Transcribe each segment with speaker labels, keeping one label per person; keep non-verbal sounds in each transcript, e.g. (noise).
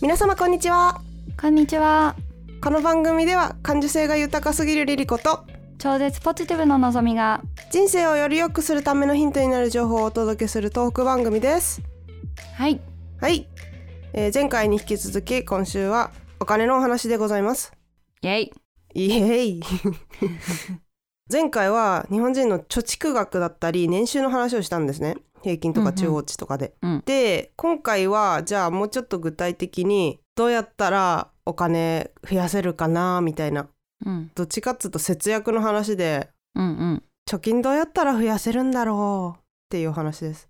Speaker 1: 皆様こんにちは
Speaker 2: こんにちは
Speaker 1: この番組では感受性が豊かすぎるリリコと
Speaker 2: 超絶ポジティブの望みが
Speaker 1: 人生をより良くするためのヒントになる情報をお届けするトーク番組です
Speaker 2: はい
Speaker 1: はい、えー前回に引き続き今週はお金のお話でございます
Speaker 2: イエイ
Speaker 1: イエー
Speaker 2: (laughs)
Speaker 1: イ前回は日本人の貯蓄額だったり年収の話をしたんですね平均と
Speaker 2: うんう
Speaker 1: か
Speaker 2: ん
Speaker 1: 中央値とかで、
Speaker 2: うん
Speaker 1: で今回はじゃあもうちょっと具体的にどうやったらお金増やせるかなみたいな
Speaker 2: うん
Speaker 1: どっちかっつうと節約の話で
Speaker 2: うんうん
Speaker 1: 貯金どうやったら増やせるんだろうっていう話です。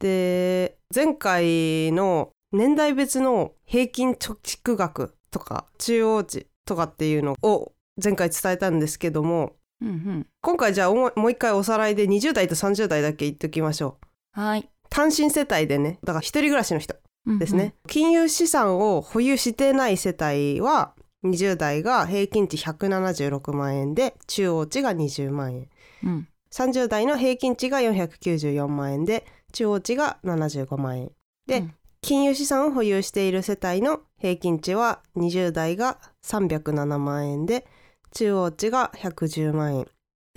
Speaker 1: で前回の年代別の平均貯蓄額とか中央値とかっていうのを前回伝えたんですけども
Speaker 2: うんうん
Speaker 1: 今回じゃあもうもう一回おさらいで20代と30代だけ言っときましょう。
Speaker 2: はい
Speaker 1: 単身世帯でねだから一人暮らしの人
Speaker 2: うん
Speaker 1: ですね、金融資産を保有してない世帯は20代が平均値176万円で中央値が20万円
Speaker 2: うん
Speaker 1: 30代の平均値が494万円で中央値が75万円で、
Speaker 2: うん
Speaker 1: 金融資産を保有している世帯の平均値は20代が307万円で中央値が110万円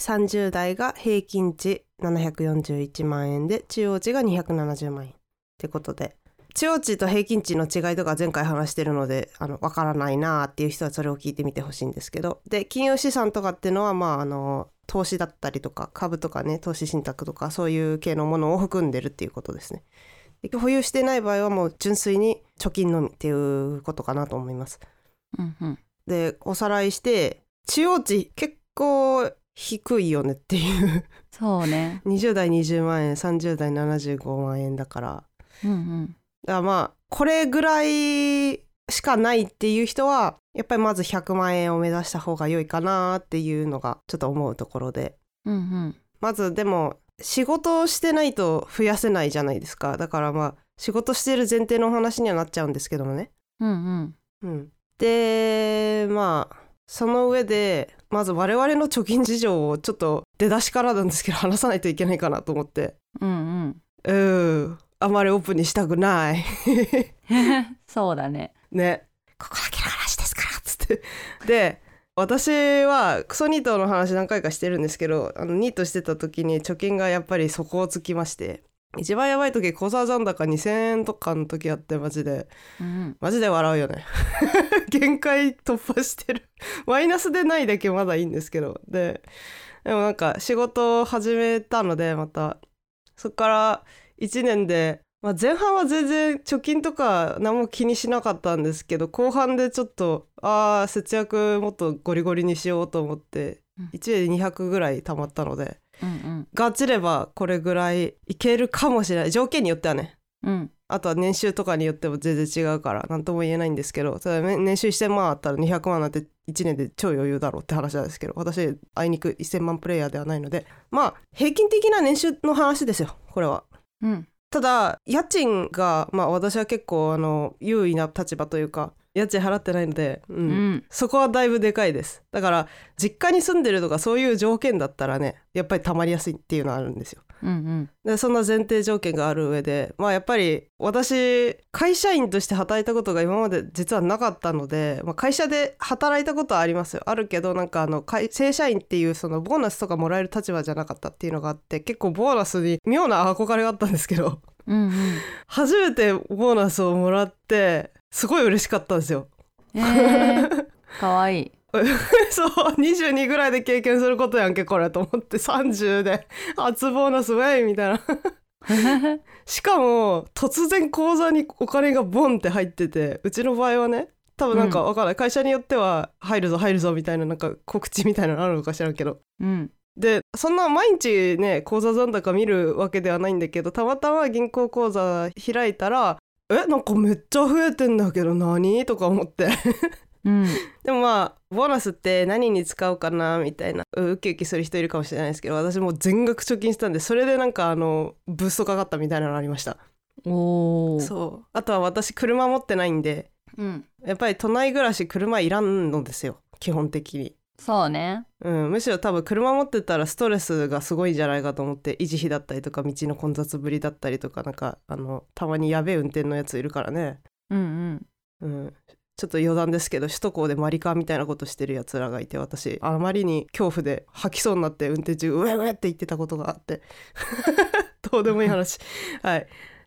Speaker 1: 30代が平均値741万円で中央値が270万円ってことで中央値と平均値の違いとか前回話してるのであのわからないなーっていう人はそれを聞いてみてほしいんですけどで金融資産とかっていうのはまああの投資だったりとか株とかね投資信託とかそういう系のものを含んでるっていうことですね。で保有してない場合はもう純粋に貯金のみっていうことかなと思います。
Speaker 2: うんうん
Speaker 1: でおさらいして中央値結構低いよねっていう (laughs)
Speaker 2: そうね
Speaker 1: 20代20万円30代75万円だから
Speaker 2: うんうん
Speaker 1: だからまあこれぐらいしかないっていう人はやっぱりまず100万円を目指した方が良いかなっていうのがちょっと思うところで
Speaker 2: うんうん
Speaker 1: まずでも仕事をしてないと増やせないじゃないですかだからまあ仕事してる前提のお話にはなっちゃうんですけどもね。
Speaker 2: うんうん
Speaker 1: うん、でまあその上でまず我々の貯金事情をちょっと出だしからなんですけど話さないといけないかなと思って
Speaker 2: うん
Speaker 1: うーんあまりオープンにしたくない
Speaker 2: うん (laughs) そうだね
Speaker 1: ねここだけの話ですからっつってで私はクソニートの話何回かしてるんですけどあのニートしてた時に貯金がやっぱり底をつきまして一番やばい時小沢残高2,000円とかの時あってマジで
Speaker 2: うん
Speaker 1: マジで笑うよね (laughs) 限界突破してる (laughs) マイナスでないだけまだいいんですけどででもなんか仕事を始めたのでまたそっから1年で、まあ、前半は全然貯金とか何も気にしなかったんですけど後半でちょっとああ節約もっとゴリゴリにしようと思って
Speaker 2: うん
Speaker 1: 1年で200ぐらい貯まったので
Speaker 2: うん
Speaker 1: ガチればこれぐらいいけるかもしれない条件によってはね
Speaker 2: うんうん
Speaker 1: あとは年収とかによっても全然違うから何とも言えないんですけどただね年収1000万あったら200万なんて1年で超余裕だろうって話なんですけど私あいにく1000万プレイヤーではないのでまあ平均的な年収の話ですよこれは。
Speaker 2: うん
Speaker 1: ただ家賃がまあ私は結構あの優位な立場というか家賃払ってないので、う
Speaker 2: うんん
Speaker 1: そこはだいぶでかいですだから実家に住んでるとかそういう条件だったらねやっぱりたまりやすいっていうのはあるんですよ。
Speaker 2: うん
Speaker 1: でそんな前提条件がある上でまあやっぱり私会社員として働いたことが今まで実はなかったので、まあ、会社で働いたことはありますよあるけどなんかあの会正社員っていうそのボーナスとかもらえる立場じゃなかったっていうのがあって結構ボーナスに妙な憧れがあったんですけど (laughs)
Speaker 2: うんうん
Speaker 1: 初めてボーナスをもらってすごい嬉しかったんですよ。 (laughs)
Speaker 2: えーかわいい (laughs)
Speaker 1: そう22ぐらいで経験することやんけこれと思って30で初ボーナスウェイみたいな。しかも突然口座にお金がボンって入っててうちの場合はね多分なんか
Speaker 2: うん
Speaker 1: わかんない、会社によっては入るぞ入るぞみたいななんか告知みたいなのあるのか知らんけど
Speaker 2: うん
Speaker 1: でそんな毎日ね口座残高見るわけではないんだけどたまたま銀行口座開いたら「えなんかめっちゃ増えてんだけど何?」とか思って (laughs)
Speaker 2: うん
Speaker 1: でもまあボーナスって何に使おうかなみたいなうウキウキする人いるかもしれないですけど私もう全額貯金したんでそれでなんかあのブーストかかったみたいなのありました
Speaker 2: おお
Speaker 1: そうあとは私車持ってないんで
Speaker 2: うん
Speaker 1: やっぱり都内暮らし車いらんのですよ基本的に、
Speaker 2: そうね
Speaker 1: うん、むしろ多分車持ってたらストレスがすごいんじゃないかと思って維持費だったりとか道の混雑ぶりだったりとかなんかあのたまにやべえ運転のやついるからね
Speaker 2: うん
Speaker 1: うん、ちょっと余談ですけど首都高でマリカーみたいなことしてるやつらがいて私あまりに恐怖で吐きそうになって運転中うえうえって言ってたことがあって (laughs) どうでもいい話はい。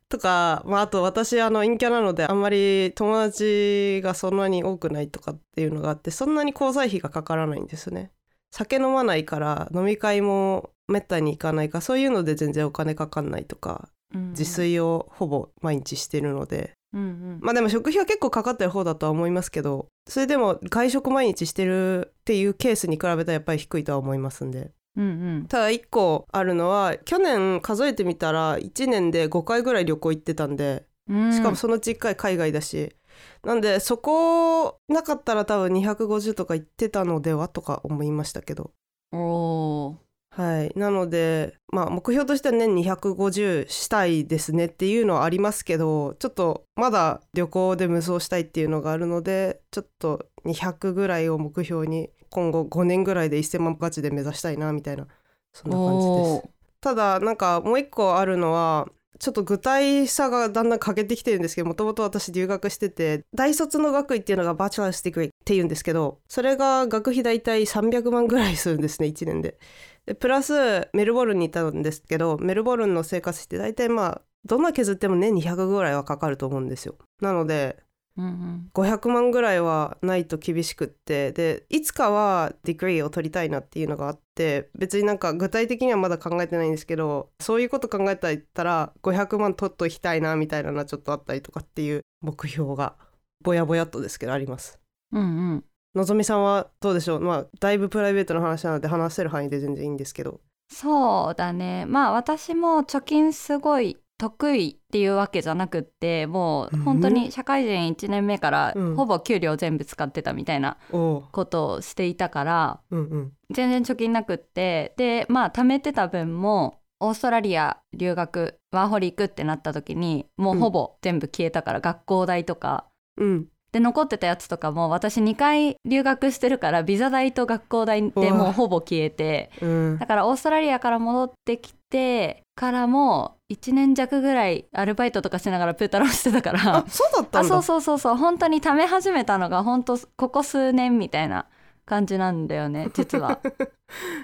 Speaker 1: とか、まあ、あと私あの陰キャなのであんまり友達がそんなに多くないとかっていうのがあってそんなに交際費がかからないんですね。酒飲まないから飲み会もめったに行かないからそういうので全然お金かかんないとか
Speaker 2: うん
Speaker 1: 自炊をほぼ毎日してるので
Speaker 2: うんうん
Speaker 1: まあでも食費は結構かかってる方だとは思いますけどそれでも外食毎日してるっていうケースに比べたらやっぱり低いとは思いますんで
Speaker 2: うんうん
Speaker 1: ただ1個あるのは去年数えてみたら1年で5回ぐらい旅行行ってたんで
Speaker 2: うん
Speaker 1: しかもそのうち1回海外だし、なんでそこなかったら多分250とか行ってたのではとか思いましたけど
Speaker 2: おー
Speaker 1: はい、なので、まあ、目標としては年250したいですねっていうのはありますけどちょっとまだ旅行で無双したいっていうのがあるのでちょっと200ぐらいを目標に今後5年ぐらいで1,000万ガチで目指したいなみたいなそんな感じです。
Speaker 2: おー
Speaker 1: ただなんかもう一個あるのはちょっと具体さがだんだん欠けてきてるんですけどもともと私留学してて大卒の学位っていうのがバチュラースディグリーっていうんですけどそれが学費大体300万ぐらいするんですね1年で。でプラスメルボルンにいたんですけどメルボルンの生活費って大体まあどんな削っても年200ぐらいはかかると思うんですよ。なので
Speaker 2: うんうん
Speaker 1: 500万ぐらいはないと厳しくってでいつかはディグリーを取りたいなっていうのがあって別になんか具体的にはまだ考えてないんですけどそういうこと考えたら500万取っときたいなみたいなのはちょっとあったりとかっていう目標がぼやぼやっとですけどあります。
Speaker 2: うんうん
Speaker 1: のぞみさんはどうでしょうまあだいぶプライベートの話なので話せる範囲で全然いいんですけど。
Speaker 2: そうだねまあ私も貯金すごい得意っていうわけじゃなくってもう本当に社会人1年目から
Speaker 1: うん
Speaker 2: ほぼ給料全部使ってたみたいな
Speaker 1: おう
Speaker 2: ことをしていたから
Speaker 1: うんうん
Speaker 2: 全然貯金なくってでまあ貯めてた分もオーストラリア留学ワーホリ行くってなった時にもうほぼ全部消えたから、学校代とか
Speaker 1: うん
Speaker 2: で残ってたやつとかも私2回留学してるからビザ代と学校代でもうほぼ消えて。
Speaker 1: うん
Speaker 2: だからオーストラリアから戻ってきてからも1年弱ぐらいアルバイトとかしながらプータローしてたから
Speaker 1: あそうだった
Speaker 2: あ
Speaker 1: んだ
Speaker 2: そうそうそうそう本当に貯め始めたのが本当ここ数年みたいな感じなんだよね実
Speaker 1: (laughs)
Speaker 2: は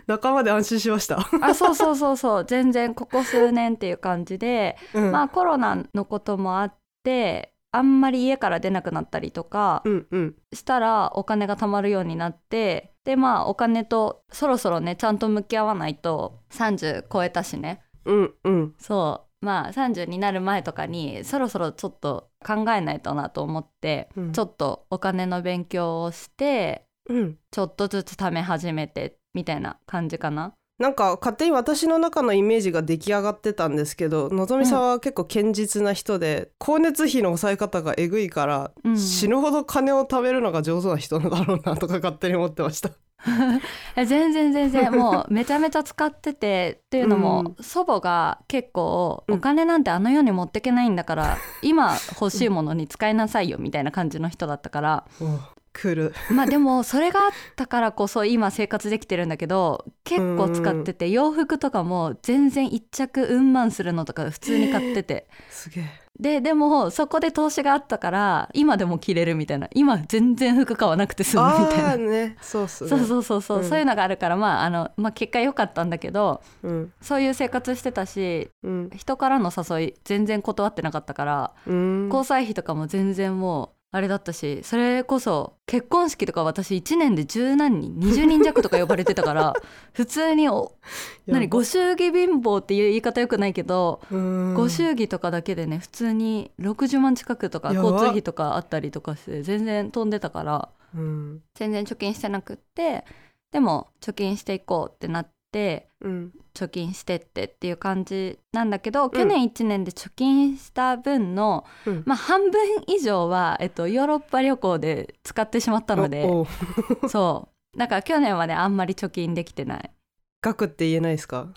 Speaker 1: 仲間で安心しました。
Speaker 2: あそうそうそうそう全然ここ数年っていう感じで
Speaker 1: うん
Speaker 2: (laughs) まあコロナのこともあってあんまり家から出なくなったりとか
Speaker 1: うんうん
Speaker 2: したらお金が貯まるようになってでまあお金とそろそろねちゃんと向き合わないと30超えたしね
Speaker 1: うんうん
Speaker 2: そうまあ30になる前とかにそろそろちょっと考えないとなと思って、
Speaker 1: うん
Speaker 2: ちょっとお金の勉強をして
Speaker 1: うん
Speaker 2: ちょっとずつ貯め始めてみたいな感じかな。
Speaker 1: なんか勝手に私の中のイメージが出来上がってたんですけどのぞみさんは結構堅実な人で、光熱費の抑え方がえぐいから、
Speaker 2: うん
Speaker 1: 死ぬほど金を貯めるのが上手な人なんだろうなとか勝手に思ってました。
Speaker 2: え全然全然も
Speaker 1: (laughs)
Speaker 2: うめちゃめちゃ使っててっていうのも、祖母が結構
Speaker 1: うん
Speaker 2: お金なんてあの世に持ってけないんだから、
Speaker 1: (laughs)
Speaker 2: 今欲しいものに使いなさいよみたいな感じの人だったから
Speaker 1: くる
Speaker 2: まあでもそれがあったからこそ今生活できてるんだけど結構使ってて洋服とかも全然一着うん万するのとか普通に買ってて
Speaker 1: すげえ
Speaker 2: ででもそこで投資があったから今でも着れるみたいな今全然服買わなくて済むみた
Speaker 1: あー
Speaker 2: いな。
Speaker 1: ねそうっすね
Speaker 2: そうそうそうそう、
Speaker 1: うん
Speaker 2: そういうのがあるからまああの、まあ、結果良かったんだけど
Speaker 1: うん
Speaker 2: そういう生活してたし
Speaker 1: うん
Speaker 2: 人からの誘い全然断ってなかったから
Speaker 1: うん
Speaker 2: 交際費とかも全然もうあれだったしそれこそ結婚式とか私1年で十何人20人弱とか呼ばれてたから (laughs) 普通にお何ご祝儀貧乏っていう言い方よくないけど、
Speaker 1: うん
Speaker 2: ご祝儀とかだけでね普通に60万近くとか
Speaker 1: やば
Speaker 2: 交通費とかあったりとかして全然飛んでたから
Speaker 1: うん
Speaker 2: 全然貯金してなくってでも貯金していこうってなって。
Speaker 1: うん
Speaker 2: 貯金してってっていう感じなんだけど、去年1年で貯金した分の、
Speaker 1: うん
Speaker 2: まあ、半分以上は、えっと、ヨーロッパ旅行で使ってしまったので
Speaker 1: おお
Speaker 2: そうだから去年はねあんまり貯金できてない
Speaker 1: 額って言えないですか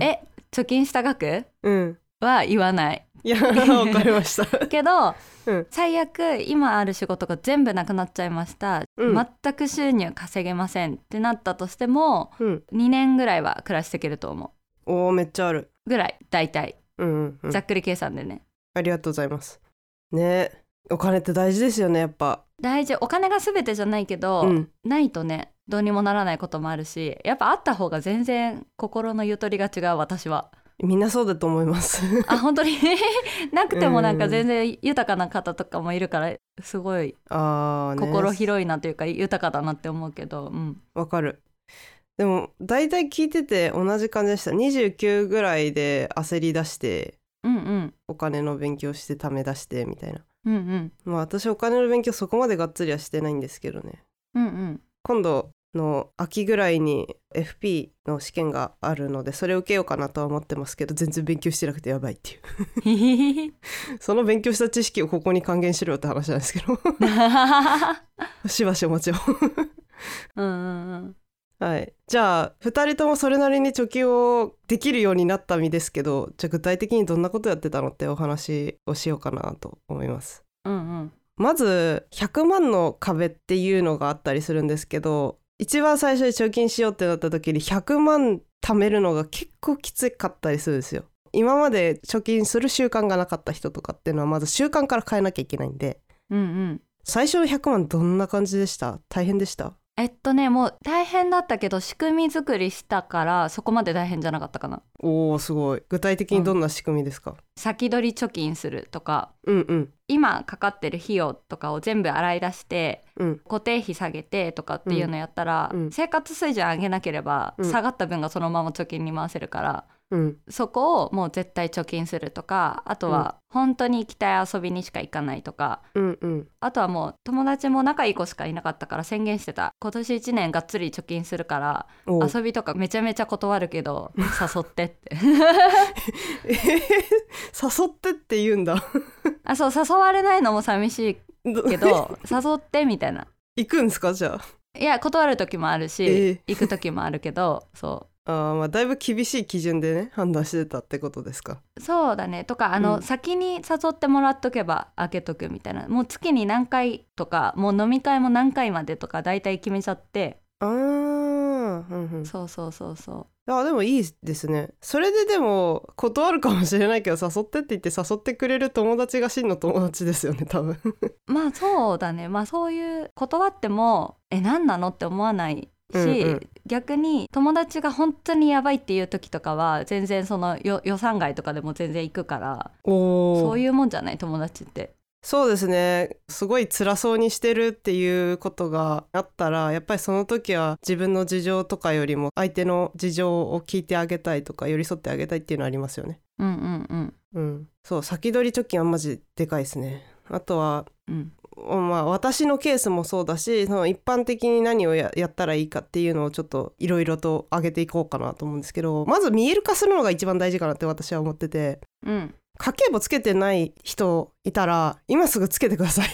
Speaker 2: え貯金した額
Speaker 1: うん
Speaker 2: は言わない
Speaker 1: いやわかりました
Speaker 2: けど、
Speaker 1: うん
Speaker 2: 最悪今ある仕事が全部なくなっちゃいました、
Speaker 1: うん
Speaker 2: 全く収入稼げませんってなったとしても
Speaker 1: うん
Speaker 2: 2年ぐらいは暮らしていけると思
Speaker 1: おおめっちゃある
Speaker 2: うぐらい大体
Speaker 1: うんうんうん
Speaker 2: ざっくり計算でね、
Speaker 1: ありがとうございます。ねお金って大事ですよねやっぱ
Speaker 2: 大事お金が全てじゃないけど、
Speaker 1: うん
Speaker 2: ないとねどうにもならないこともあるしやっぱあった方が全然心のゆとりが違う
Speaker 1: (laughs)
Speaker 2: 私は
Speaker 1: みんなそうだと思います (laughs)
Speaker 2: あ本当に (laughs) なくてもなん
Speaker 1: う
Speaker 2: か
Speaker 1: ん
Speaker 2: 全然豊かな方とかもいるからすごい
Speaker 1: あーね
Speaker 2: 心広いなというか豊かだなって思うけど、うん、
Speaker 1: わかるでも大体聞いてて同じ感じでした29ぐらいで焦り出して
Speaker 2: うんうん
Speaker 1: お金の勉強して貯め出してみたいな
Speaker 2: うんうん
Speaker 1: まあ私お金の勉強そこまでがっつりはしてないんですけどね
Speaker 2: うん
Speaker 1: (laughs)
Speaker 2: うん (laughs)
Speaker 1: 今度の秋ぐらいに FP の試験があるのでそれ受けようかなとは思ってますけど全然勉強してなくてやばいっていう
Speaker 2: ひひひひ
Speaker 1: その勉強した知識をここに還元しろよって話なんですけどしばしお待ちを
Speaker 2: うんうんうん
Speaker 1: はいじゃあ2人ともそれなりに貯金をできるようになった身ですけどじゃあ具体的にどんなことやってたのってお話をしようかなと思います
Speaker 2: うんうん
Speaker 1: まず100万の壁っていうのがあったりするんですけど一番最初に貯金しようってなった時に100万貯めるのが結構きつかったりするんですよ。今まで貯金する習慣がなかった人とかっていうのはまず習慣から変えなきゃいけないんで
Speaker 2: うんうん
Speaker 1: 最初の100万どんな感じでした大変でした
Speaker 2: えっとねもう大変だったけど仕組み作りしたからそこまで大変じゃなかったかな
Speaker 1: おーすごい具体的にどんな仕組みですか、
Speaker 2: 先取り貯金するとか
Speaker 1: うん、うん
Speaker 2: 今かかってる費用とかを全部洗い出して
Speaker 1: うん
Speaker 2: 固定費下げてとかっていうのやったら、
Speaker 1: うんうん
Speaker 2: 生活水準上げなければ、
Speaker 1: うん
Speaker 2: 下がった分がそのまま貯金に回せるから
Speaker 1: うん
Speaker 2: そこをもう絶対貯金するとかあとは本当に行きたい遊びにしか行かないとか
Speaker 1: うんうん
Speaker 2: あとはもう友達も仲いい子しかいなかったから宣言してた今年1年がっつり貯金するから
Speaker 1: お (laughs) ー
Speaker 2: 遊びとかめちゃめちゃ断るけど誘ってって (laughs)
Speaker 1: えへへ誘ってって言うんだ
Speaker 2: あそう誘われないのも寂しい
Speaker 1: ど
Speaker 2: け
Speaker 1: (laughs)
Speaker 2: ど誘ってみたいな
Speaker 1: 行くんですかじゃあ
Speaker 2: いや断る時もあるし、
Speaker 1: ええ
Speaker 2: 行く時もあるけどそ
Speaker 1: あーまあだいぶ厳しい基準でね判断してたってことですか
Speaker 2: うそうだねとかあの、
Speaker 1: うん
Speaker 2: 先に誘ってもらっとけば開けとくみたいなもう月に何回とかもう飲み会も何回までとか大体決めちゃって、
Speaker 1: あーうんうん
Speaker 2: そうそうそうそ
Speaker 1: あでもいいですねそれででも断るかもしれないけど誘ってって言って誘ってくれる友達が真の友達ですよね多分
Speaker 2: うまあそうだねまあそういう断ってもえ何なのって思わないし、
Speaker 1: うんうん
Speaker 2: 逆に友達が本当にやばいっていう時とかは全然そのよ予算外とかでも全然行くから
Speaker 1: お
Speaker 2: そう
Speaker 1: う
Speaker 2: いうもんじゃない友達って。
Speaker 1: そうですねすごい辛そうにしてるっていうことがあったらやっぱりその時は自分の事情とかよりも相手の事情を聞いてあげたいとか寄り添ってあげたいっていうのありますよね
Speaker 2: うんうんうん
Speaker 1: うんそう先取り貯金はマジでかいですねあとは
Speaker 2: うん
Speaker 1: まあ、私のケースもそうだしその一般的に何をややったらいいかっていうのをちょっといろいろと上げていこうかなと思うんですけどまず見える化するのが一番大事かなって私は思ってて
Speaker 2: うん
Speaker 1: 家計簿つけてない人いたら今すぐつけてください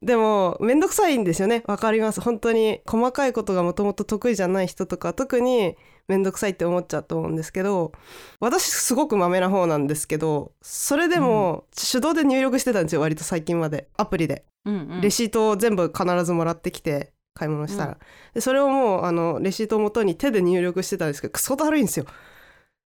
Speaker 1: でもめんどくさいんですよねわかります本当に細かいことがもともと得意じゃない人とか特にめんどくさいって思っちゃうと思うんですけど私すごくまめな方なんですけどそれでも手動で入力してたんですよ割と最近までアプリで。
Speaker 2: うんうん
Speaker 1: レシートを全部必ずもらってきて買い物したら、でそれをもうあのレシートを元に手で入力してたんですけどクソだるいんですよ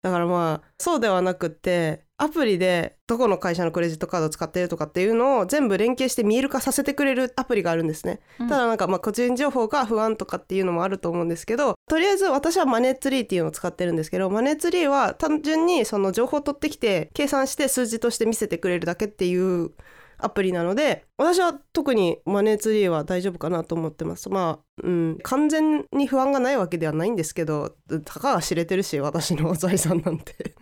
Speaker 1: だからまあそうではなくてアプリでどこの会社のクレジットカード使ってるとかっていうのを全部連携して見える化させてくれるアプリがあるんですね、
Speaker 2: うん
Speaker 1: ただなんかまあ個人情報が不安とかっていうのもあると思うんですけどとりあえず私はマネーツリーっていうのを使ってるんですけどマネーツリーは単純にその情報を取ってきて計算して数字として見せてくれるだけっていうアプリなので私は特にマネーツリーは大丈夫かなと思ってますまあ、うん、完全に不安がないわけではないんですけどたかが知れてるし私の財産なん
Speaker 2: (laughs)
Speaker 1: て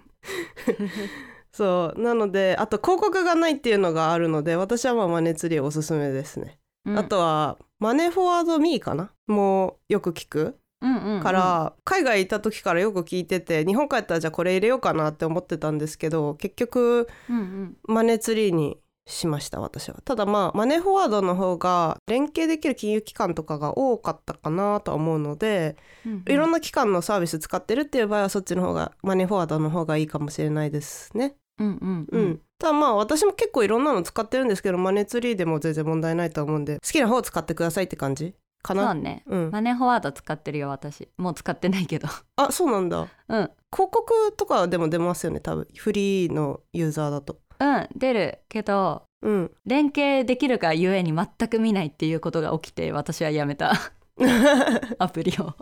Speaker 1: そうなのであと広告がないっていうのがあるので私はまあマネーツリーおすすめですね、
Speaker 2: うん
Speaker 1: あとはマネーフォワードミーかなもうよく聞く
Speaker 2: うんうんうん
Speaker 1: から、海外行った時からよく聞いてて日本帰ったらじゃあこれ入れようかなって思ってたんですけど結局
Speaker 2: うんうん
Speaker 1: マネーツリーにしました私はただまあマネーフォワードの方が連携できる金融機関とかが多かったかなとは思うので、
Speaker 2: うん
Speaker 1: いろんな機関のサービス使ってるっていう場合はそっちの方がマネーフォワードの方がいいかもしれないですね
Speaker 2: うんうん
Speaker 1: うん、ただまあ私も結構いろんなの使ってるんですけどマネーツリーでも全然問題ないと思うんで好きな方を使ってくださいって感じか
Speaker 2: そう
Speaker 1: な
Speaker 2: ね
Speaker 1: うん
Speaker 2: マネーフォワード使ってるよ私もう使ってないけど (laughs)
Speaker 1: あそうなんだ
Speaker 2: うん
Speaker 1: 広告とかでも出ますよね多分フリーのユーザーだと
Speaker 2: うん出るけど
Speaker 1: うん。
Speaker 2: 連携できるがゆえに全く見ないっていうことが起きて私はやめ
Speaker 1: (laughs)
Speaker 2: たアプリを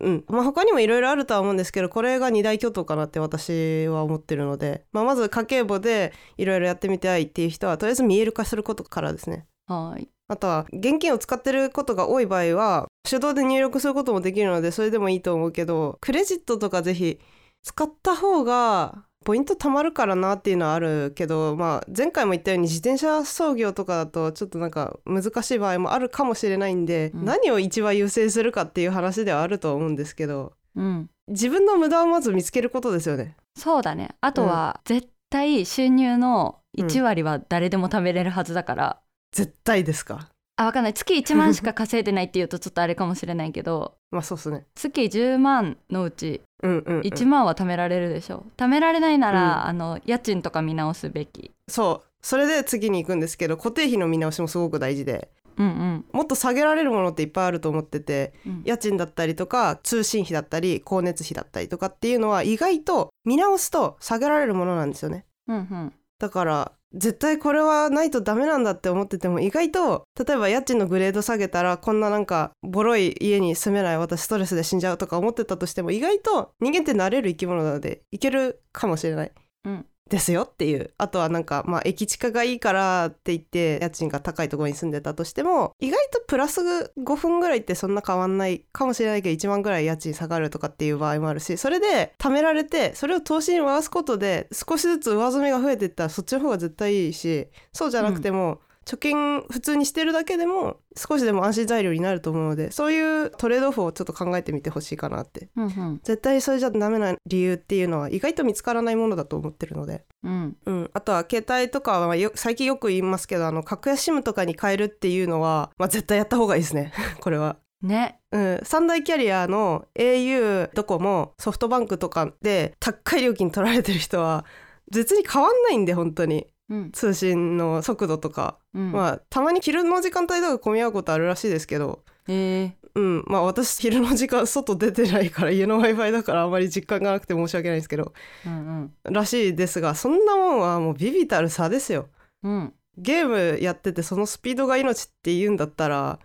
Speaker 1: うんまあ、他にもいろいろあるとは思うんですけどこれが二大巨頭かなって私は思ってるので、まあ、まず家計簿でいろいろやってみたいっていう人はとりあえず見える化することからですね
Speaker 2: はい
Speaker 1: あとは現金を使ってることが多い場合は手動で入力することもできるのでそれでもいいと思うけどクレジットとかぜひ使った方がポイント貯まるからなっていうのはあるけど、まあ、前回も言ったように自転車操業とかだとちょっとなんか難しい場合もあるかもしれないんで、
Speaker 2: うん
Speaker 1: 何を一番優先するかっていう話ではあると思うんですけど
Speaker 2: うん
Speaker 1: 自分の無駄をまず見つけることですよね。
Speaker 2: そうだねあとは絶対収入の1割は誰でも貯めれるはずだから、
Speaker 1: 絶対ですか。
Speaker 2: あ分かんない月1万しか稼いでないっていうとちょっとあれかもしれないけど
Speaker 1: まあそうっすね。
Speaker 2: 月10万のうち
Speaker 1: うんうん、うん。
Speaker 2: 1万は貯められるでしょ貯められないなら、あの家賃とか見直すべき
Speaker 1: そう。それで次に行くんですけど固定費の見直しもすごく大事で。
Speaker 2: うんうん
Speaker 1: もっと下げられるものっていっぱいあると思ってて
Speaker 2: うん
Speaker 1: 家賃だったりとか通信費だったり光熱費だったりとかっていうのは意外と見直すと下げられるものなんですよね
Speaker 2: うんうん
Speaker 1: だから絶対これはないとダメなんだって思ってても意外と例えば家賃のグレード下げたらこんななんかボロい家に住めない私ストレスで死んじゃうとか思ってたとしても意外と人間って慣れる生き物なのでいけるかもしれない。
Speaker 2: うん
Speaker 1: ですよっていうあとはなんかまあ駅近がいいからって言って家賃が高いところに住んでたとしても意外とプラス5分ぐらいってそんな変わんないかもしれないけど1万ぐらい家賃下がるとかっていう場合もあるしそれで貯められてそれを投資に回すことで少しずつ上積みが増えていったらそっちの方が絶対いいしそうじゃなくても、貯金普通にしてるだけでも少しでも安心材料になると思うのでそういうトレードオフをちょっと考えてみてほしいかなって
Speaker 2: うんうん
Speaker 1: 絶対それじゃダメな理由っていうのは意外と見つからないものだと思ってるので
Speaker 2: うん
Speaker 1: うん、あとは携帯とかはよ最近よく言いますけどあの格安 SIM とかに変えるっていうのは、まあ、絶対やった方がいいですね (laughs) これは。
Speaker 2: ね
Speaker 1: うん、三大キャリアの au ドコモソフトバンクとかで高い料金取られてる人は別に変わんないんで本当に
Speaker 2: うん
Speaker 1: 通信の速度とか、
Speaker 2: うん
Speaker 1: まあたまに昼の時間帯とか混み合うことあるらしいですけど
Speaker 2: え
Speaker 1: うんまあ私昼の時間外出てないから家の w i f i だからあんまり実感がなくて申し訳ないんですけど
Speaker 2: ーうん
Speaker 1: らしいですがそんなもんはもうビビたる差ですよ。
Speaker 2: うんうん
Speaker 1: ゲームやっててそのスピードが命って言うんだったら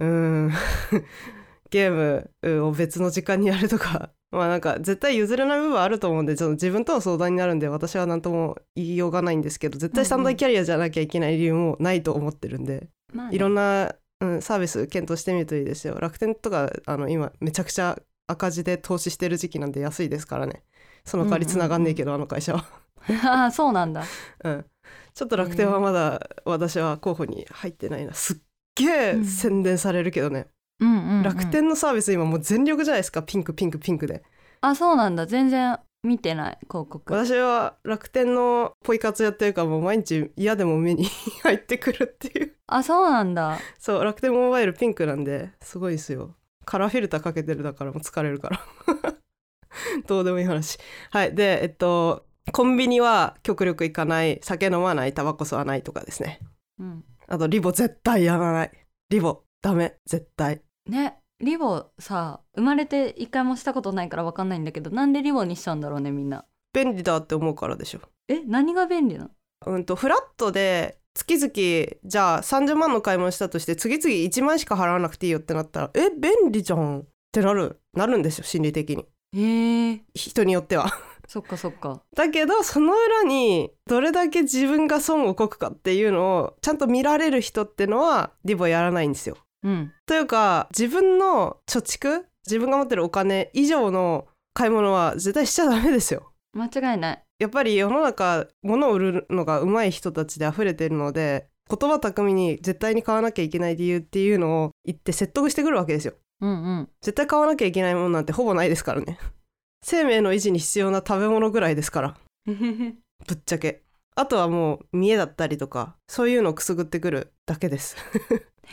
Speaker 1: うーん (laughs) ゲームを別の時間にやるとか (laughs) まあなんか絶対譲れない部分はあると思うんでちょっと自分との相談になるんで私は何とも言いようがないんですけど絶対三大キャリアじゃなきゃいけない理由もないと思ってるんで、
Speaker 2: まあね
Speaker 1: いろんな、うん、サービス検討してみるといいですよ楽天とかあの今めちゃくちゃ赤字で投資してる時期なんで安いですからねその代わりつながんねえけど、あの会社は。
Speaker 2: ああそうなんだ
Speaker 1: うん、ちょっと楽天はまだ私は候補に入ってないなすっげ
Speaker 2: う
Speaker 1: え
Speaker 2: ん
Speaker 1: 宣伝されるけどね、
Speaker 2: うんうんうん
Speaker 1: 楽天のサービス今もう全力じゃないですかピンクピンクピンクで
Speaker 2: あそうなんだ全然見てない広告
Speaker 1: 私は楽天のポイ活やってるからもう毎日嫌でも目に入ってくるっていう
Speaker 2: あそうなんだ
Speaker 1: そう楽天モバイルピンクなんですごいですよカラーフィルターかけてるだからもう疲れるから (laughs) どうでもいい話はいでえっとコンビニは極力行かない酒飲まないタバコ吸わないとかですね
Speaker 2: うん
Speaker 1: あとリボ絶対やらない。リボダメ絶対。
Speaker 2: ねリボさ生まれて一回もしたことないからわかんないんだけどなんでリボにしちゃうんだろうねみんな
Speaker 1: 便利だって思うからでしょ。
Speaker 2: え何が便利なの
Speaker 1: うんとフラットで月々じゃあ30万の買い物したとして次々1万しか払わなくていいよってなったらえ便利じゃんってなるなるんですよ心理的に
Speaker 2: へえ
Speaker 1: 人によっては。 (laughs)
Speaker 2: そっかそっか
Speaker 1: だけどその裏にどれだけ自分が損をこくかっていうのをちゃんと見られる人ってのはリボやらないんですよ。
Speaker 2: うん
Speaker 1: というか自分の貯蓄自分が持ってるお金以上の買い物は絶対しちゃダメですよ
Speaker 2: 間違いない
Speaker 1: やっぱり世の中物を売るのが上手い人たちで溢れてるので言葉巧みに絶対に買わなきゃいけない理由っていうのを言って説得してくるわけですよ
Speaker 2: うんうん
Speaker 1: 絶対買わなきゃいけないものなんてほぼないですからね生命の維持に必要な食べ物ぐらいですから (laughs) ぶっちゃけあとはもう見栄だったりとかそういうのをくすぐってくるだけです (laughs)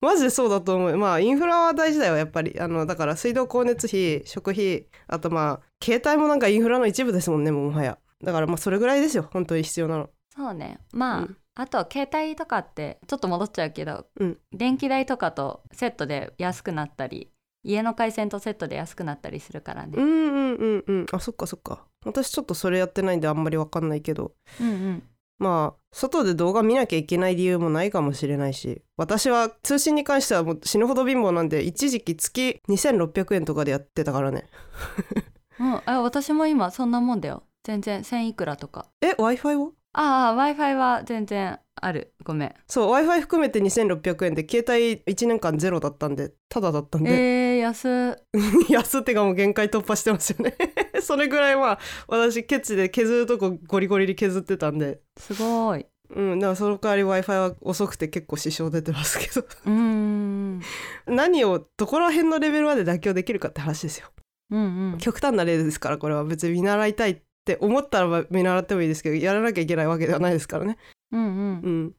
Speaker 1: マジでそうだと思うまあインフラは大事だよやっぱりあのだから水道光熱費食費あとまあ携帯もなんかインフラの一部ですもんねもうもはやだからまあそれぐらいですよ本当に必要なの
Speaker 2: そうねまあ、
Speaker 1: うん
Speaker 2: あと携帯とかってちょっと戻っちゃうけど、
Speaker 1: うん
Speaker 2: 電気代とかとセットで安くなったり家の回線とセットで安くなったりするから
Speaker 1: うん
Speaker 2: ね、
Speaker 1: うんうんうんあそっかそっか私ちょっとそれやってないんであんまりわかんないけど
Speaker 2: うんうん
Speaker 1: まあ外で動画見なきゃいけない理由もないかもしれないし私は通信に関してはもう死ぬほど貧乏なんで一時期月2600円とかでやってたからね
Speaker 2: うん、あ私も今そんなもんだよ全然1000いくらとか
Speaker 1: え w i f i は
Speaker 2: ああ w i f i は全然あるごめん
Speaker 1: そう w i f i 含めて2600円で携帯1年間ゼロだったんでタダだったんで、
Speaker 2: えー、安っ
Speaker 1: (laughs) 安ってかもう限界突破してますよね (laughs) それぐらいは私ケチで削るとこゴリゴリに削ってたんです
Speaker 2: ごい
Speaker 1: うんだからその代わり w i f i は遅くて結構支障出てますけど
Speaker 2: うーん
Speaker 1: 何をどこら辺のレベルまで妥協できるかって話ですよ
Speaker 2: うんうん
Speaker 1: 極端な例ですからこれは別に見習いたいって思ったら見習ってもいいですけどやらなきゃいけないわけではないですからね
Speaker 2: うん
Speaker 1: う
Speaker 2: う
Speaker 1: んん。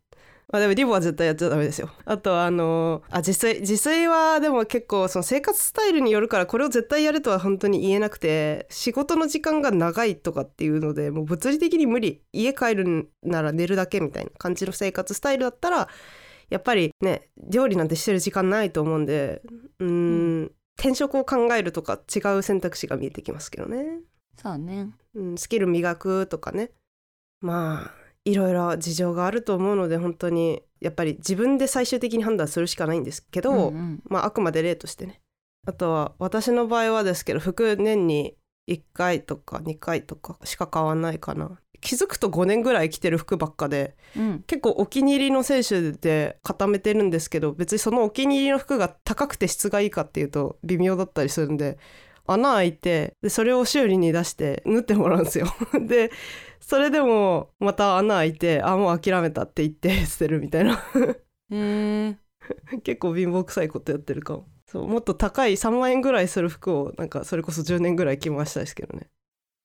Speaker 1: まあでもリボは絶対やっちゃダメですよ。あとはあのーあ自炊自炊はでも結構その生活スタイルによるからこれを絶対やるとは本当に言えなくて仕事の時間が長いとかっていうのでもう物理的に無理家帰るなら寝るだけみたいな感じの生活スタイルだったらやっぱりね料理なんてしてる時間ないと思うんでうーん、転職を考えるとか違う選択肢が見えてきますけどね。
Speaker 2: そうね
Speaker 1: うん、スキル磨くとかねまあいろいろ事情があると思うので本当にやっぱり自分で最終的に判断するしかないんですけど、
Speaker 2: んん
Speaker 1: まああくまで例としてねあとは私の場合はですけど服年に1回とか2回とかしか買わないかな気づくと5年ぐらい着てる服ばっかで
Speaker 2: うん
Speaker 1: 結構お気に入りの選手で固めてるんですけど別にそのお気に入りの服が高くて質がいいかっていうと微妙だったりするんで穴開いてでそれを修理に出して縫ってもらうんですよ。 (laughs) でそれでもまた穴開いてあもう諦めたって言って (laughs) 捨てるみたいな
Speaker 2: えー、
Speaker 1: 結構貧乏くさいことやってるかもそうもっと高い3万円ぐらいする服をなんかそれこそ10年ぐらい着ましたですけどね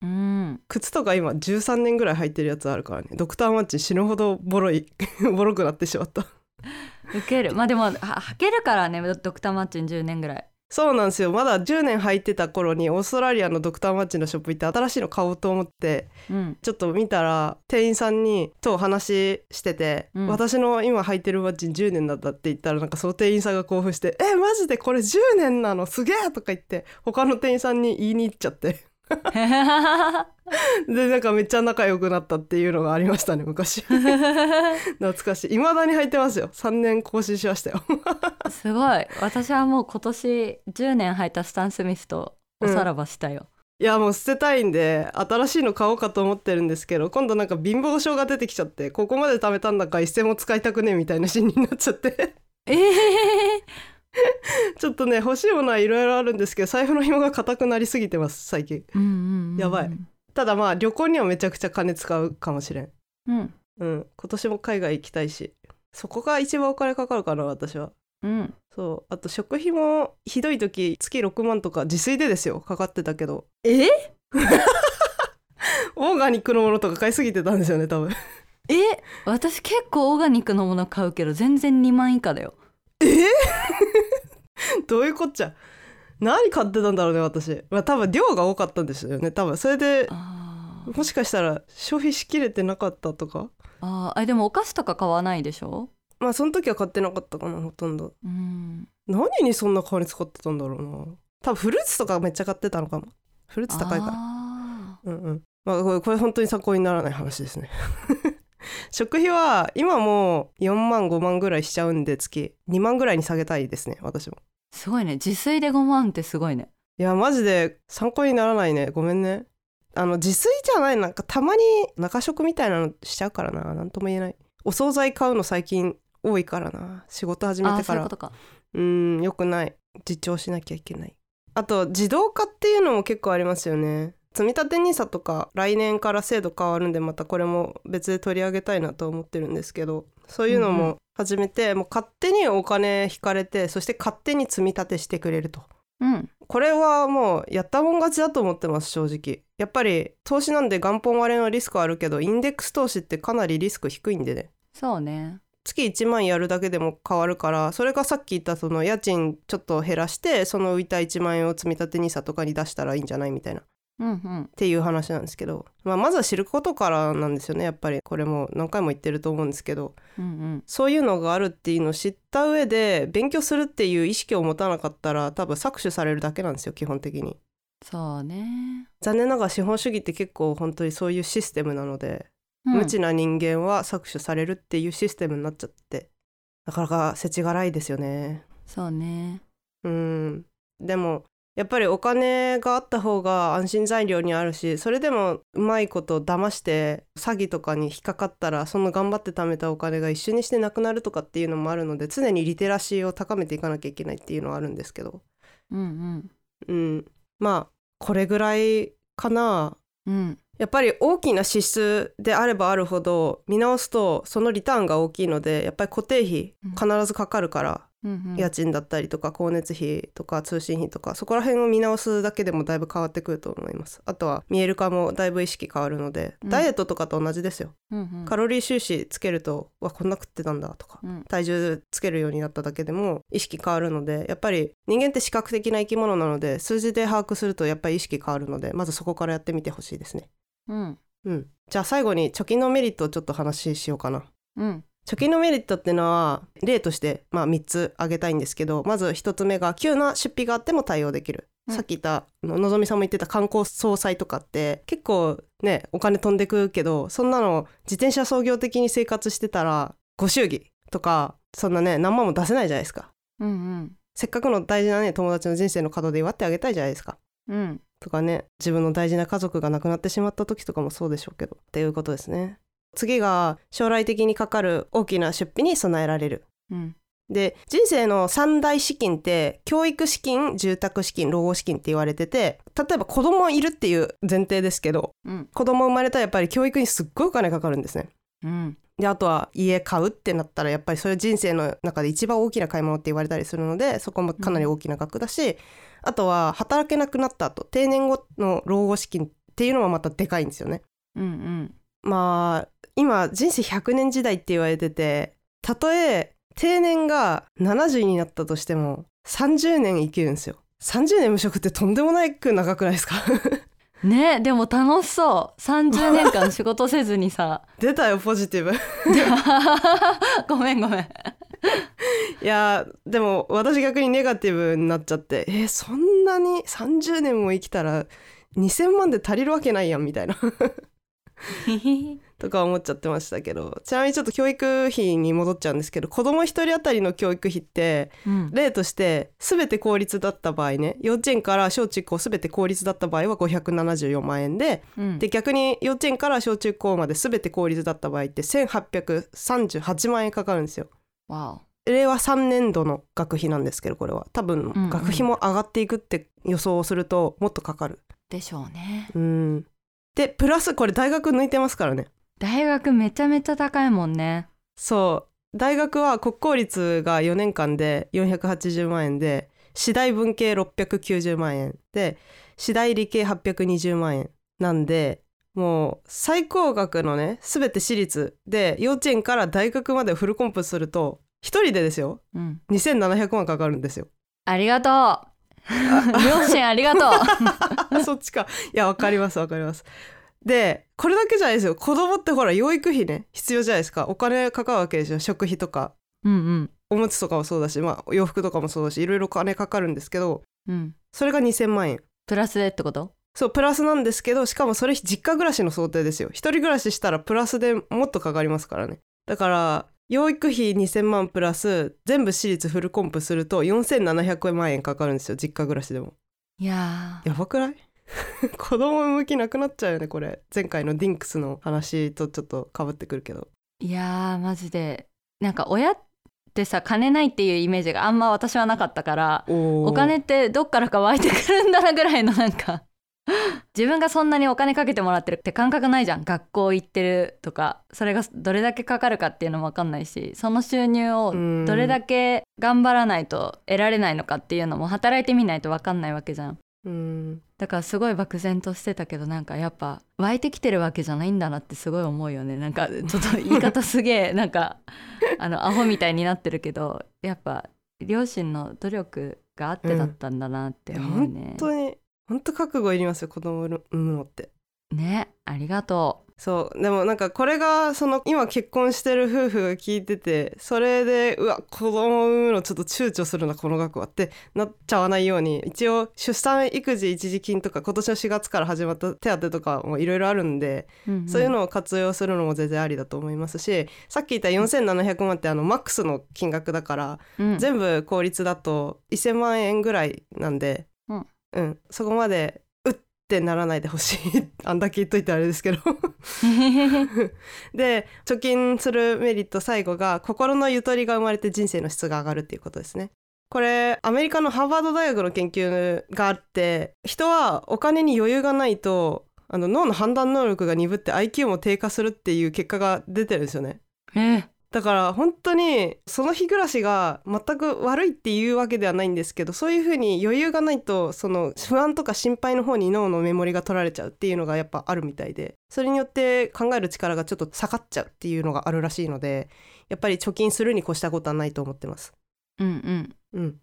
Speaker 2: うん
Speaker 1: 靴とか今13年ぐらい履いてるやつあるからねドクターマッチ死ぬほどボロい (laughs) ボロくなってしまった
Speaker 2: 受けるまあでもは履けるからねドクターマッチン10年ぐらい
Speaker 1: そうなんですよまだ10年履いてた頃にオーストラリアのドクターマッチのショップ行って新しいの買おうと思って (laughs)
Speaker 2: うん
Speaker 1: ちょっと見たら店員さんにとお話してて、
Speaker 2: うん
Speaker 1: 私の今履いてるマッチン10年だったって言ったらなんかその店員さんが興奮して「えマジでこれ10年なのすげえ!」とか言って他の店員さんに言いに行っちゃって (laughs) でなんかめっちゃ仲良くなったっていうのがありましたね昔 (laughs) 懐かしい未だに履いてますよ3年更新しましたよ
Speaker 2: すごい私はもう今年10年履いたスタン・スミスとおさらばしたよ、
Speaker 1: いやもう捨てたいんで新しいの買おうかと思ってるんですけど今度なんか貧乏症が出てきちゃってここまで貯めたんだから一銭も使いたくねえみたいな心理になっちゃって (laughs)
Speaker 2: ええ
Speaker 1: ちょっとね欲しいものはいろいろあるんですけど財布の紐が固くなりすぎてます最近
Speaker 2: うんうんうん
Speaker 1: やばいただまあ旅行にはめちゃくちゃ金使うかもしれん
Speaker 2: うん
Speaker 1: うん今年も海外行きたいしそこが一番お金かかるかな私は
Speaker 2: うん
Speaker 1: そうあと食費もひどい時月6万とか自炊でですよかかってたけど
Speaker 2: え
Speaker 1: (laughs) オーガニックのものとか買いすぎてたんですよね多分
Speaker 2: え私結構オーガニックのもの買うけど全然2万以下だよ
Speaker 1: どういうこっちゃ何買ってたんだろうね私、まあ、多分量が多かったんですよね多分それで
Speaker 2: あー
Speaker 1: もしかしたら消費しきれてなかったとか
Speaker 2: あーあでもお菓子とか買わないでしょ
Speaker 1: まあその時は買ってなかったかなほとんど
Speaker 2: うん
Speaker 1: 何にそんな金使ってたんだろうな多分フルーツとかめっちゃ買ってたのかもフルーツ高いから
Speaker 2: あ
Speaker 1: うんうんまあこれこれ本当に参考にならない話ですね (laughs) 食費は今もう4万5万ぐらいしちゃうんで月2万ぐらいに下げたいですね私も
Speaker 2: ーすごいね自炊で5万ってすごいね
Speaker 1: いやマジで参考にならないねごめんねあの自炊じゃないなんかたまに中食みたいなのしちゃうからななんとも言えないお惣菜買うの最近多いからな仕事始
Speaker 2: あ
Speaker 1: め
Speaker 2: あー
Speaker 1: て
Speaker 2: そ
Speaker 1: か
Speaker 2: ういう
Speaker 1: ら
Speaker 2: ことか
Speaker 1: うーんよくない自重しなきゃいけないあと自動化っていうのも結構ありますよね積立 NISA とか来年から制度変わるんでまたこれも別で取り上げたいなと思ってるんですけどそういうの
Speaker 2: うんう
Speaker 1: も始めて、もう勝手にお金引かれてそして勝手に積み立てしてくれると
Speaker 2: うん
Speaker 1: これはもうやったもん勝ちだと思ってます正直やっぱり投資なんで元本割れのリスクはあるけどインデックス投資ってかなりリスク低いんでね
Speaker 2: そうね
Speaker 1: 月1万やるだけでも変わるからそれがさっき言ったその家賃ちょっと減らしてその浮いた1万円を積み立て NISA とかに出したらいいんじゃないみたいなっ
Speaker 2: うんうん
Speaker 1: ていう話なんですけど、まあ、まずは知ることからなんですよねやっぱりこれも何回も言ってると思うんですけど
Speaker 2: うんうん
Speaker 1: そういうのがあるっていうのを知った上で勉強するっていう意識を持たなかったら多分搾取されるだけなんですよ基本的に。
Speaker 2: そうね
Speaker 1: 残念ながら資本主義って結構本当にそういうシステムなので
Speaker 2: うん
Speaker 1: 無知な人間は搾取されるっていうシステムになっちゃってなかなか世知辛いですよね
Speaker 2: そうね
Speaker 1: うんでもやっぱりお金があった方が安心材料にあるしそれでもうまいこと騙して詐欺とかに引っかかったらその頑張って貯めたお金が一緒にしてなくなるとかっていうのもあるので常にリテラシーを高めていかなきゃいけないっていうのはあるんですけど
Speaker 2: うん
Speaker 1: うんまあこれぐらいかな
Speaker 2: うんうん
Speaker 1: やっぱり大きな支出であればあるほど見直すとそのリターンが大きいのでやっぱり固定費必ずかかるから、
Speaker 2: うんうん
Speaker 1: 家賃だったりとか光熱費とか通信費とかそこら辺を見直すだけでもだいぶ変わってくると思いますあとは見える化もだいぶ意識変わるので、
Speaker 2: うん
Speaker 1: ダイエットとかと同じですよ、
Speaker 2: うんうん
Speaker 1: カロリー収支つけるとわこんな食ってたんだとか
Speaker 2: うん
Speaker 1: 体重つけるようになっただけでも意識変わるのでやっぱり人間って視覚的な生き物なので数字で把握するとやっぱり意識変わるのでまずそこからやってみてほしいですね
Speaker 2: うん
Speaker 1: うんじゃあ最後に貯金のメリットをちょっと話ししようかな
Speaker 2: うん
Speaker 1: 貯金のメリットってのは例として、まあ、3つ挙げたいんですけどまず1つ目が急な出費があっても対応できる、
Speaker 2: うん
Speaker 1: さっき言ったあののぞみさんも言ってた観光総裁とかって結構ねお金飛んでくけどそんなの自転車操業的に生活してたらご祝儀とかそんなね何万も出せないじゃないですか
Speaker 2: うん
Speaker 1: せっかくの大事なね友達の人生の角で祝ってあげたいじゃないですか
Speaker 2: うん
Speaker 1: とかね自分の大事な家族が亡くなってしまった時とかもそうでしょうけどっていうことですね次が将来的にかかる大きな出費に備えられる
Speaker 2: うん
Speaker 1: で人生の三大資金って教育資金住宅資金老後資金って言われてて例えば子供いるっていう前提ですけど
Speaker 2: うん
Speaker 1: 子供生まれたらやっぱり教育にすっごいお金かかるんですね
Speaker 2: うん
Speaker 1: であとは家買うってなったらやっぱりそれ人生の中で一番大きな買い物って言われたりするのでそこもかなり大きな額だし、あとは働けなくなった後定年後の老後資金っていうのもまたでかいんですよね。
Speaker 2: うん
Speaker 1: まあ今人生100年時代って言われててたとえ定年が70になったとしても30年生きるんですよ。30年無職ってとんでもなく長くないですか (laughs)
Speaker 2: ねでも楽しそう30年間仕事せずにさ (laughs)
Speaker 1: 出たよポジティブ。
Speaker 2: ごめんごめん
Speaker 1: いやーでも私逆にネガティブになっちゃってえーそんなに30年も生きたら2,000万で足りるわけないやんみたいな (laughs) とか思っちゃってましたけどちなみにちょっと教育費に戻っちゃうんですけど子供一人当たりの教育費って
Speaker 2: (laughs) うん
Speaker 1: 例として全て公立だった場合ね幼稚園から小中高全て公立だった場合は574万円で
Speaker 2: うん
Speaker 1: で逆に幼稚園から小中高まで全て公立だった場合って1838万円かかるんですよ。
Speaker 2: わ
Speaker 1: 令和3年度の学費なんですけどこれは多分
Speaker 2: うんうん
Speaker 1: 学費も上がっていくって予想をするともっとかかる。
Speaker 2: おでしょうね
Speaker 1: うんでプラスこれ大学抜いてますからね。
Speaker 2: 大学めちゃめちゃ高いもんね
Speaker 1: そう大学は国公立が4年間で480万円で私大文系690万円で私大理系820万円なんでもう最高額のね全て私立で幼稚園から大学までフルコンプすると1人でですよ
Speaker 2: うん
Speaker 1: 2700万かかるんですよ。
Speaker 2: ありが (laughs) とう両親ありがと (laughs)
Speaker 1: あ (laughs) そっちか。いや、わかります、わかります。で、これだけじゃないですよ。子供ってほら、養育費ね、必要じゃないですか。お金かかるわけでしょ。食費とか、
Speaker 2: ううんうん
Speaker 1: おむつとかもそうだし、まあ、お洋服とかもそうだし、いろいろお金かかるんですけど、
Speaker 2: うん
Speaker 1: それが2000万円。
Speaker 2: プラスでってこと
Speaker 1: そう、プラスなんですけど、しかもそれ実家暮らしの想定ですよ。一人暮らししたらプラスでもっとかかりますからね。だから、養育費2000万プラス、全部私立フルコンプすると4700万円かかるんですよ。実家暮らしでも。
Speaker 2: いやー
Speaker 1: やばくない (laughs) 子供向きなくなっちゃうよねこれ前回のディンクスの話とちょっとかぶってくるけど
Speaker 2: いやーマジでなんか親ってさ金ないっていうイメージがあんま私はなかったから
Speaker 1: お
Speaker 2: お金ってどっからか湧いてくるんだなぐらいのなんか (laughs) 自分がそんなにお金かけてもらってるって感覚ないじゃん学校行ってるとかそれがどれだけかかるかっていうのも分かんないしその収入をどれだ
Speaker 1: け
Speaker 2: け頑張らないと得られないのかっていうのも働いてみないと分かんないわけじゃん
Speaker 1: うん
Speaker 2: だからすごい漠然としてたけどなんかやっぱ湧いてきてるわけじゃないんだなってすごい思うよねなんかちょっと言い方すげえ (laughs) なんかあのアホみたいになってるけどやっぱ両親の努力があってだったんだなって思う
Speaker 1: 本、
Speaker 2: ね
Speaker 1: 当に本当覚悟いりますよ子供産むのって
Speaker 2: ねありがとう
Speaker 1: そうでもなんかこれがその今結婚してる夫婦が聞いててそれでうわ子供産むのちょっと躊躇するなこの額はってなっちゃわないように一応出産育児一時金とか今年の4月から始まった手当とかもいろいろあるんで、
Speaker 2: んん
Speaker 1: そういうのを活用するのも全然ありだと思いますしさっき言った4700万ってあのマックスの金額だから、
Speaker 2: うん
Speaker 1: 全部効率だと1,000万円ぐらいなんで、
Speaker 2: うん
Speaker 1: うんそこまでうってならないでほしい (laughs) あんだけ言っといてあれですけど。で貯金するメリット最後が心のゆとりが生まれて人生の質が上がるっていうことですね。これアメリカのハーバード大学の研究があって人はお金に余裕がないとあの脳の判断能力が鈍って IQ も低下するっていう結果が出てるんですよね。
Speaker 2: (laughs) えー
Speaker 1: だから本当にその日暮らしが全く悪いっていうわけではないんですけどそういうふうに余裕がないとその不安とか心配の方に脳のメモリが取られちゃうっていうのがやっぱあるみたいでそれによって考える力がちょっと下がっちゃうっていうのがあるらしいのでやっぱり貯金するに越したことはないと思ってます。
Speaker 2: うんうん
Speaker 1: うん、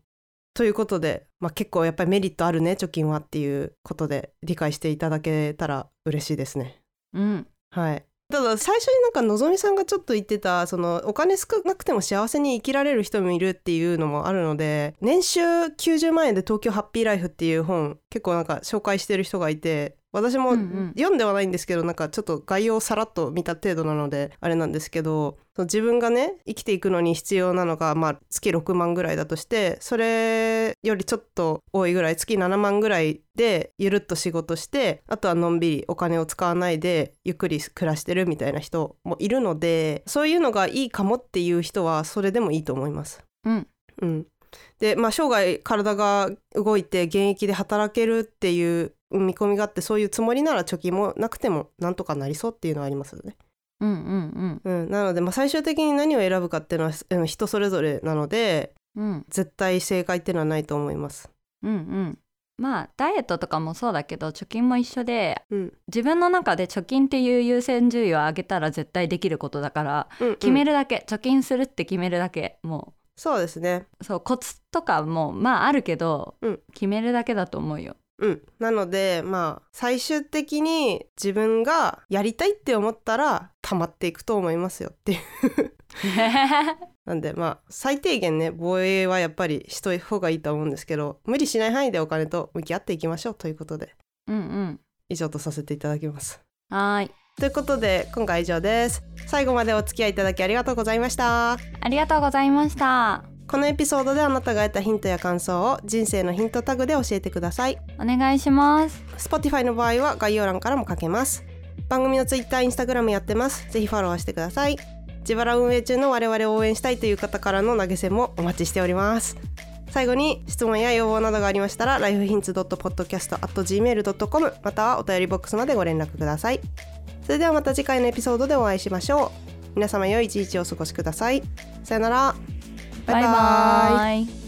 Speaker 1: ということで、まあ、結構やっぱりメリットあるね貯金はっていうことで理解していただけたら嬉しいですね。
Speaker 2: うん
Speaker 1: はい。ただ最初になんかのぞみさんがちょっと言ってたそのお金少なくても幸せに生きられる人もいるっていうのもあるので年収90万円で東京ハッピーライフっていう本結構なんか紹介してる人がいて私も
Speaker 2: うんうん
Speaker 1: 読んではないんですけどなんかちょっと概要をさらっと見た程度なのであれなんですけどその自分がね生きていくのに必要なのが、まあ、月6万ぐらいだとしてそれよりちょっと多いぐらい月7万ぐらいでゆるっと仕事してあとはのんびりお金を使わないでゆっくり暮らしてるみたいな人もいるのでそういうのがいいかもっていう人はそれでもいいと思います。
Speaker 2: うん
Speaker 1: うんでまあ、生涯体が動いて現役で働けるっていう見込みがあってそういうつもりなら貯金もなくてもなんとかなりそうっていうのはありますよね。
Speaker 2: うんうん
Speaker 1: うん、なので、まあ、最終的に何を選ぶかっていうのはうん人それぞれなので
Speaker 2: うん
Speaker 1: 絶対正解っていうのはないと思います。
Speaker 2: うんうんまあダイエットとかもそうだけど貯金も一緒で
Speaker 1: うん
Speaker 2: 自分の中で貯金っていう優先順位を上げたら絶対できることだから
Speaker 1: うんうん
Speaker 2: 決めるだけ、貯金するって決めるだけも
Speaker 1: そうですね、
Speaker 2: うそうコツとかもまああるけど、
Speaker 1: うん
Speaker 2: 決めるだけだと思うよ。 (laughs)
Speaker 1: うん、なのでまあ最終的に自分がやりたいって思ったら溜まっていくと思いますよっていう。なんでまあ最低限ね防衛はやっぱりしといた方がいいと思うんですけど無理しない範囲でお金と向き合っていきましょうということで
Speaker 2: うんうん
Speaker 1: 以上とさせていただきます。
Speaker 2: はーい
Speaker 1: ということで今回は以上です。最後までお付き合いいただきありがとうございました。
Speaker 2: ありがとうございました
Speaker 1: このエピソードであなたが得たヒントや感想を人生のヒントタグで教えてください
Speaker 2: お願いします
Speaker 1: Spotify の場合は概要欄からも書けます番組の Twitter、Instagram やってますぜひフォローしてください自腹運営中の我々を応援したいという方からの投げ銭もお待ちしております最後に質問や要望などがありましたら lifehints.podcast.gmail.com またはお便りボックスまでご連絡くださいそれではまた次回のエピソードでお会いしましょう皆様良い一日をお過ごしくださいさよなら
Speaker 2: バイバーイ